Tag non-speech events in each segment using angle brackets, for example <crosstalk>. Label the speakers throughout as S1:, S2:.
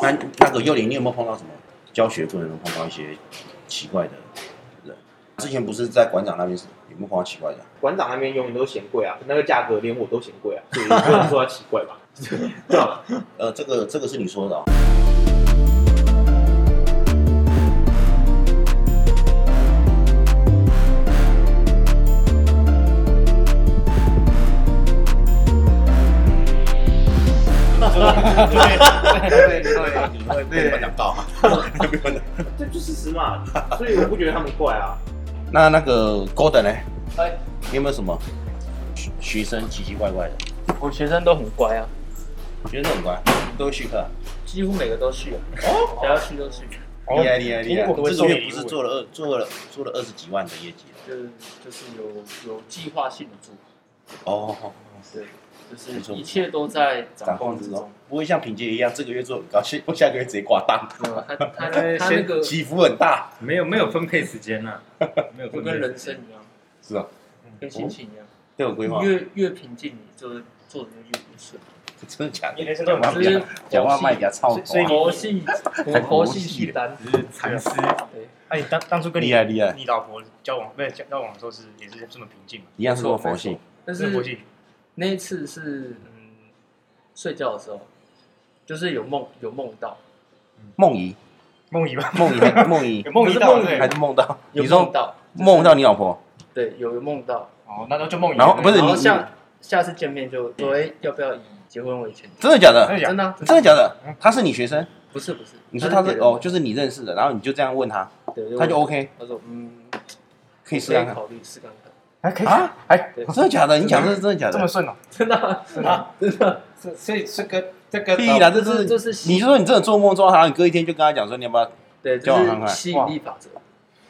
S1: 那那个幼林，你有没有碰到什么教学过程中碰到一些奇怪的人？之前不是在馆长那边是有没有碰到奇怪的？啊
S2: 馆长那边永远都嫌贵啊，那个价格连我都嫌贵啊，所以不能说它奇怪吧。对吧
S1: 呃，这个这个是你说的哦。
S2: 对对对，
S1: 你会被馆长告啊吗？被馆长
S2: 这就事实嘛，所以我不觉得他们怪啊。
S1: <laughs> 那那个 Golden 呢？
S3: 哎，
S1: 你有没有什么学学生奇奇怪怪的？
S3: 我学生都很乖啊，
S1: 学生都很乖，都会续课啊，
S3: 几乎每个都去，
S1: 哦
S3: 只要去都去，
S1: 厉害厉害
S3: 因
S1: 厉
S3: 为
S1: 害！
S3: 我不会
S1: 这
S3: 送
S1: 个月
S3: 礼
S1: 不
S3: 物
S1: 是做了二做了做了二十几万的业绩了
S3: 就是就是有有计划性的做，
S1: 哦，
S3: 对，就是
S1: 没错
S3: 一切都在掌
S1: 掌
S3: 控
S1: 控
S3: 之
S1: 之中
S3: 中。，
S1: 不会像品杰一样，这个月做很高兴，下个月直接挂单，<laughs>
S3: 没有，他他他他那个
S1: 起伏很大。
S4: 没有没有分配时间呐、没有
S3: 就
S4: 分配
S3: 跟
S4: 时间
S3: 人生一样，
S1: <laughs> 是啊，
S3: 跟心情一样，
S1: 都有规划
S3: 你，越越平静，你就做的就越不顺。
S1: 真的假的？
S4: 你人生都
S1: 讲
S4: 很
S1: 话
S3: 就
S1: 比较
S3: 是
S1: 讲话哦慢比较操
S4: 所以你
S1: <laughs>
S3: 佛系佛佛系系单，
S4: 只是禅师。
S3: 对，
S4: 哎、你当当初跟你
S1: 厉害厉害
S4: 你老婆交往，不是交交往的时候是也是这么平静嘛？
S1: 一样是做佛系，
S3: 但
S4: 这么佛
S3: 是
S4: 系，
S3: 那一次是嗯睡觉的时候，就是有梦有梦到，
S1: 梦遗
S4: 梦遗吧？
S1: 梦遗还梦遗
S4: 有梦遗
S3: 不是
S4: 到
S3: 梦遗
S4: 对
S1: 还。是梦到？
S3: 有
S1: 你
S3: 梦
S1: 说
S3: 到，
S1: 梦到你老婆，
S3: 对，有有梦到，
S4: 哦，那时候就梦遗
S1: 然
S4: 了。
S1: 后不是
S3: 然后
S1: 你
S3: 下下次见面就说，哎，要不要以结婚为前提？
S1: 真的假
S4: 真
S1: 的？
S4: 的假
S3: 真
S4: 的？
S3: 的啊
S1: 真的假的？他是你学生，
S3: 不是不是，
S1: 你说他
S3: 别
S1: 是
S3: 人
S1: 哦，，就是你认识的，然后你就这样问他，
S3: 对
S1: 他就 OK，
S3: 他说嗯，
S1: 可以试
S3: 可以
S1: 看看。
S3: 考虑试看看，
S4: 还哎可以
S1: 啊？
S4: 还
S3: 对
S1: 哦，真的假的？你讲的是真的假
S4: 这么
S1: 的？
S4: 顺哦？
S3: 真的啊
S4: <laughs> 真的啊？
S3: 真的啊，
S4: 所所以这个这个
S1: 屁啦，这
S3: 这
S1: 是
S3: 这是
S1: 你
S3: 吸
S1: 就说你真的做梦做到他，然后你隔一天就跟他讲说你要不要？
S3: 对，就
S1: 交往看看
S3: 是吸引力法则，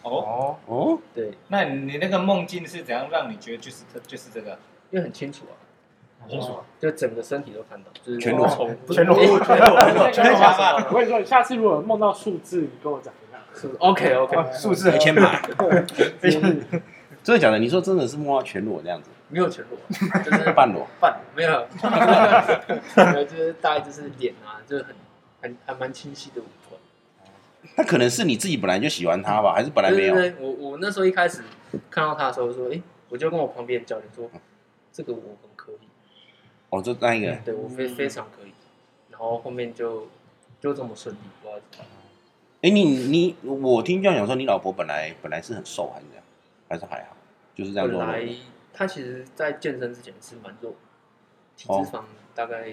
S5: 哦，
S4: 哦，
S1: 哦，
S3: 对，
S5: 那你那个梦境是怎样让你觉得就是这就是这个？
S3: 因为很清楚啊，
S4: 清楚。
S3: 就整个身体都看到，就是
S1: 全裸
S3: 从
S4: 全裸
S3: 哎 <laughs> 全裸
S5: 真的假的？
S6: 我跟你说，你下次如果梦到数字，你跟我讲一下。
S3: 是 OK OK，
S4: 哦数字
S1: 一千
S4: <laughs>
S1: 八，
S6: 嗯
S1: 真的假的？你说真的是梦到全裸这样子，
S3: 没有全裸啊，就是
S1: 半裸，
S3: 半没
S1: <laughs>
S3: 有，没有，就是大概就是脸啊，就是很很还蛮清晰的五官。
S1: 那可能是你自己本来就喜欢他吧，还是本来没有？
S3: 对对对，我我那时候一开始看到他的时候说，哎、我就跟我旁边的教练说，这个我很可以，
S1: 哦，就那一个，
S3: 对我非非常可以。然后后面就就这么顺利，不知道怎么办
S1: 哎，你你我听这样讲说，你老婆本来本来是很瘦还是怎样，还是还好，就是这样
S3: 本
S1: 说。
S3: 来他其实在健身之前是蛮弱，体
S1: 哦
S3: 脂肪大概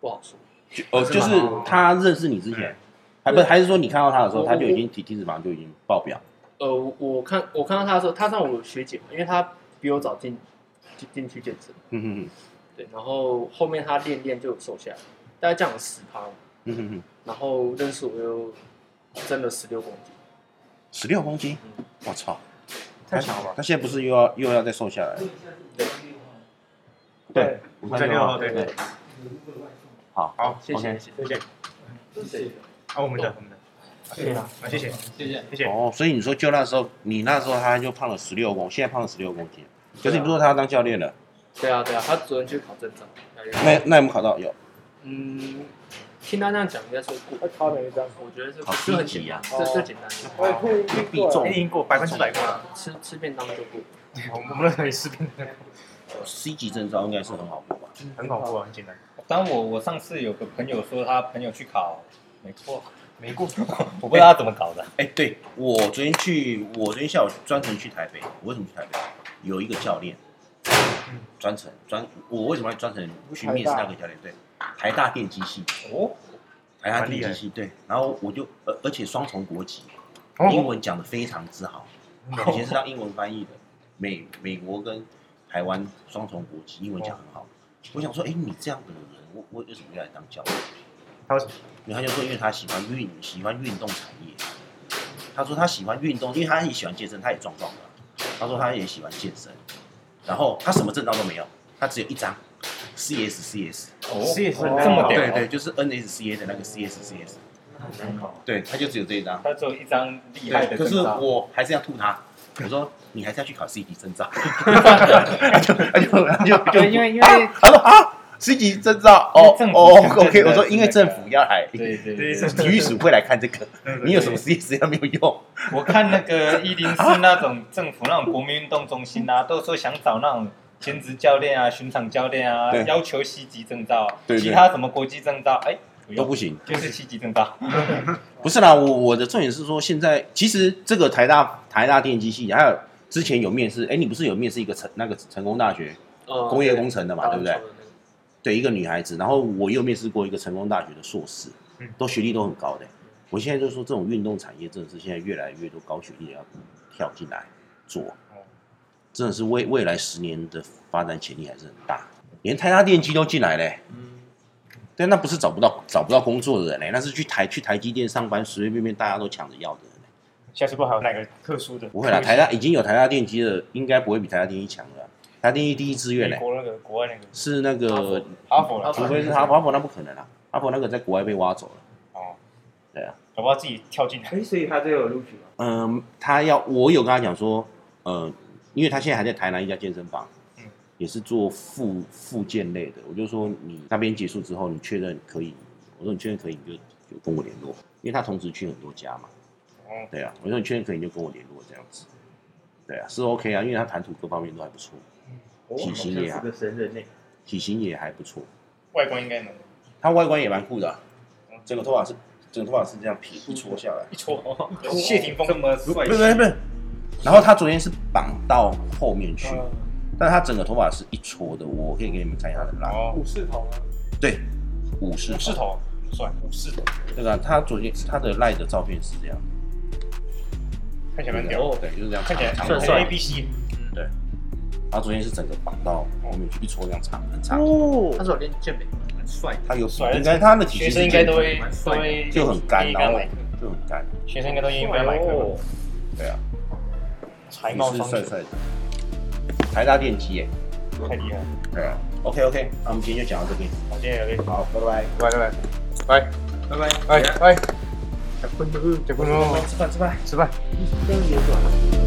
S3: 不好说。
S1: 就哦，就是他认识你之
S4: 嗯
S1: 前，还不是还是说你看到他的时候，他就已经体体脂肪就已经爆表。
S3: 呃，我我看我看到他的时候，他算我学姐嘛，因为他比我早进进进去健身。
S1: 哼
S4: 嗯
S1: 哼
S3: 对，然后后面他练练就有瘦下来，大概降了十趴，
S1: 哼
S4: 嗯
S1: 哼哼，
S3: 然后认识我又增了十六公斤，
S1: 十六公斤
S3: 嗯，
S1: 我操！
S4: 太强了吧？
S1: 他现在不是又要又要再瘦下来了？对，
S4: 五三六号，对对。
S1: 好，
S4: 好，
S3: 谢谢谢
S4: 谢谢。
S3: 谢，
S4: 啊，我们的我们的，
S3: 对啊，
S4: 啊，谢谢
S5: 谢谢。
S4: 谢谢。
S1: 哦，所以你说就那时候，你那时候他就胖了十六公，现在胖了十六公斤。可是你不是说他要当教练了？
S3: 对啊对啊，他昨天去考证照，大概
S1: 那那有没有考到？有，
S3: 嗯，听他那样讲应该说
S6: 他
S3: 过，
S6: 考哪一张？
S3: 我觉得是
S1: 考
S3: 就很
S1: B 级
S3: 简单
S1: 啊，
S3: 这这简单，
S6: 我也吐
S2: 啊
S1: 必中
S4: 已经过百分之百过了，
S3: 吃吃便当就过，
S4: 我们我们认为视频
S1: C 级证照应该是很好过吧？
S4: 很恐怖啊，很简单，
S5: 当我我上次有个朋友说他朋友去考没错，
S4: 没
S5: <laughs>
S4: 过。
S5: 我不知道他怎么搞的。
S1: 哎、对我昨天去，我昨天下午专程去台北。我为什么去台北？有一个教练，专程专，我为什么要专程去面试那个教练？对，台大电机系，
S5: 哦，
S1: 台大
S4: 蛮厉
S1: 电机
S4: 害
S1: 系，对。然后我就，呃而而且双重国籍，英
S4: 哦，
S1: 文讲的非常之好。以前是当英文翻译的，美美国跟台湾双重国籍，英文讲很好。我想说，哎、你这样的人，我我为什么要来当教练？
S4: 他说
S1: 然后他就说，因为他喜欢运喜欢运动产业。他说他喜欢运动，因为他也喜欢健身，他也壮壮的。他说他也喜欢健身，然后他什么证照都没有，他只有一张 CS CS，
S4: 事业是
S6: 哦
S5: 这么屌
S1: 对对，就是 NSCA 的那个 CS CS，对，他就只有这一张。
S5: 他只有一张厉害
S1: 对，
S5: 的
S1: 可是
S5: 证照。
S1: 我还是要吐他。我说你还是要去考 C D <laughs> 证照，他就他就他就
S4: 对，因为因为
S1: 他说啊自己真知道
S5: 因
S1: 哦
S5: 为政府
S1: 哦
S5: 想
S1: ，OK，
S5: 认
S1: 我说
S5: 的
S1: 因为
S5: 那个
S1: 政府要来，
S5: 对对对，
S4: 对
S1: 体育署会来看这个，你有什么实际实际上没有用，
S5: 我看那个一零四那种政府那种国民运动中心啊，都说想找那种兼职教练啊、巡场教练啊
S1: 对，
S5: 要求西级证照，
S1: 对对
S5: 其他什么国际证照，哎，不
S1: 都
S5: 用
S1: 不行。
S5: 就是七级证照，
S1: 不是啦，我我的重点是说，现在其实这个台大台大电机系，还有之前有面试，哎，你不是有面试一个成那个成功大学工业工程
S3: 呃
S1: 的嘛，哦对不对？？对，一个女孩子，然后我又面试过一个成功大学的硕士
S4: 嗯，
S1: 都学历都很高的。我现在就说，这种运动产业真的是现在越来越多高学历的要跳进来做，真的是未未来十年的发展潜力还是很大。连台大电机都进来嘞、
S3: 嗯，
S1: 但那不是找不到找不到工作的人嘞、欸那是去台去台积电上班，随随便便大家都抢着要的人嘞、
S4: 下次不还有哪个特殊的？
S1: 不会啦，台大已经有台大电机的，应该不会比台大电机强了。台大电机第一志愿嘞、
S4: 美国那个国外那个
S1: 是那
S3: 哈佛
S1: 个，
S5: 哈佛了，
S1: 除非是哈佛，哈佛那不可能啦、哈佛那个在国外被挖走了。
S5: 哦，
S1: 对啊，
S4: 搞不好自己跳进来。
S2: 哎，所以他最后有录取吗？
S1: 嗯，他要我有跟他讲说，呃，因为他现在还在台南一家健身房，
S4: 嗯
S1: 也是做复复健类的。我就说你那边结束之后，你确认可以，我说你确认可以，你就就跟我联络，因为他同时去很多家嘛。
S4: 哦，
S1: 对啊，我说你确认可以，你就跟我联络这样子。对啊，是 OK 啊，因为他谈吐各方面都还不错，
S2: 哦
S1: 体型也
S2: 好
S4: 啊
S1: 好
S2: 像是个神人呢。
S1: 体型也还不错，
S4: 外观应该能
S1: 他外观也蛮酷的啊、
S4: 哦
S1: 整个头发是整个头发是这样披一撮下来。
S4: 一戳。
S1: 哦
S4: <laughs> 谢霆锋
S5: 这么帅
S1: 不是不是不是。然后他昨天是绑到后面去，
S4: 嗯
S1: 但他整个头发是一撮的，我可以给你们看一下他的拉。
S4: 哦，
S7: 武士头啊，
S1: 对，武士
S4: 武士头帅，武士头
S1: 对吧？他昨天他的赖的照片是这样，
S4: 看起来蛮屌，
S1: 对，就是这样
S4: 看起来
S1: 长
S4: 很
S1: 长
S3: 算
S1: 头
S3: 帅
S4: A B C，
S1: 他昨天是整个绑到后面去，一撮这样长很长。
S4: 哦
S3: 他是有练健美，蛮帅的。
S1: 他有
S4: 帅
S1: 应该他的体型
S4: 学生应该都
S1: 是
S4: 会都会
S1: 就很干，
S4: 愿意
S1: 然后
S4: 跟他买课
S1: 就很干，
S4: 学生应该都愿意跟他买课吧，
S1: 对啊，
S4: 才
S1: 也
S4: 貌
S1: 是
S4: 双
S1: 帅
S4: 全，
S1: 帅的，台大电机耶，
S4: 太厉害了。
S1: 对啊。OK OK，那我们今天就讲到这边，
S4: 好，今天有点
S1: 好，拜拜。
S4: 拜拜拜拜拜拜拜拜，结婚了，结婚了，吃饭吃饭吃饭。
S7: 这样也短。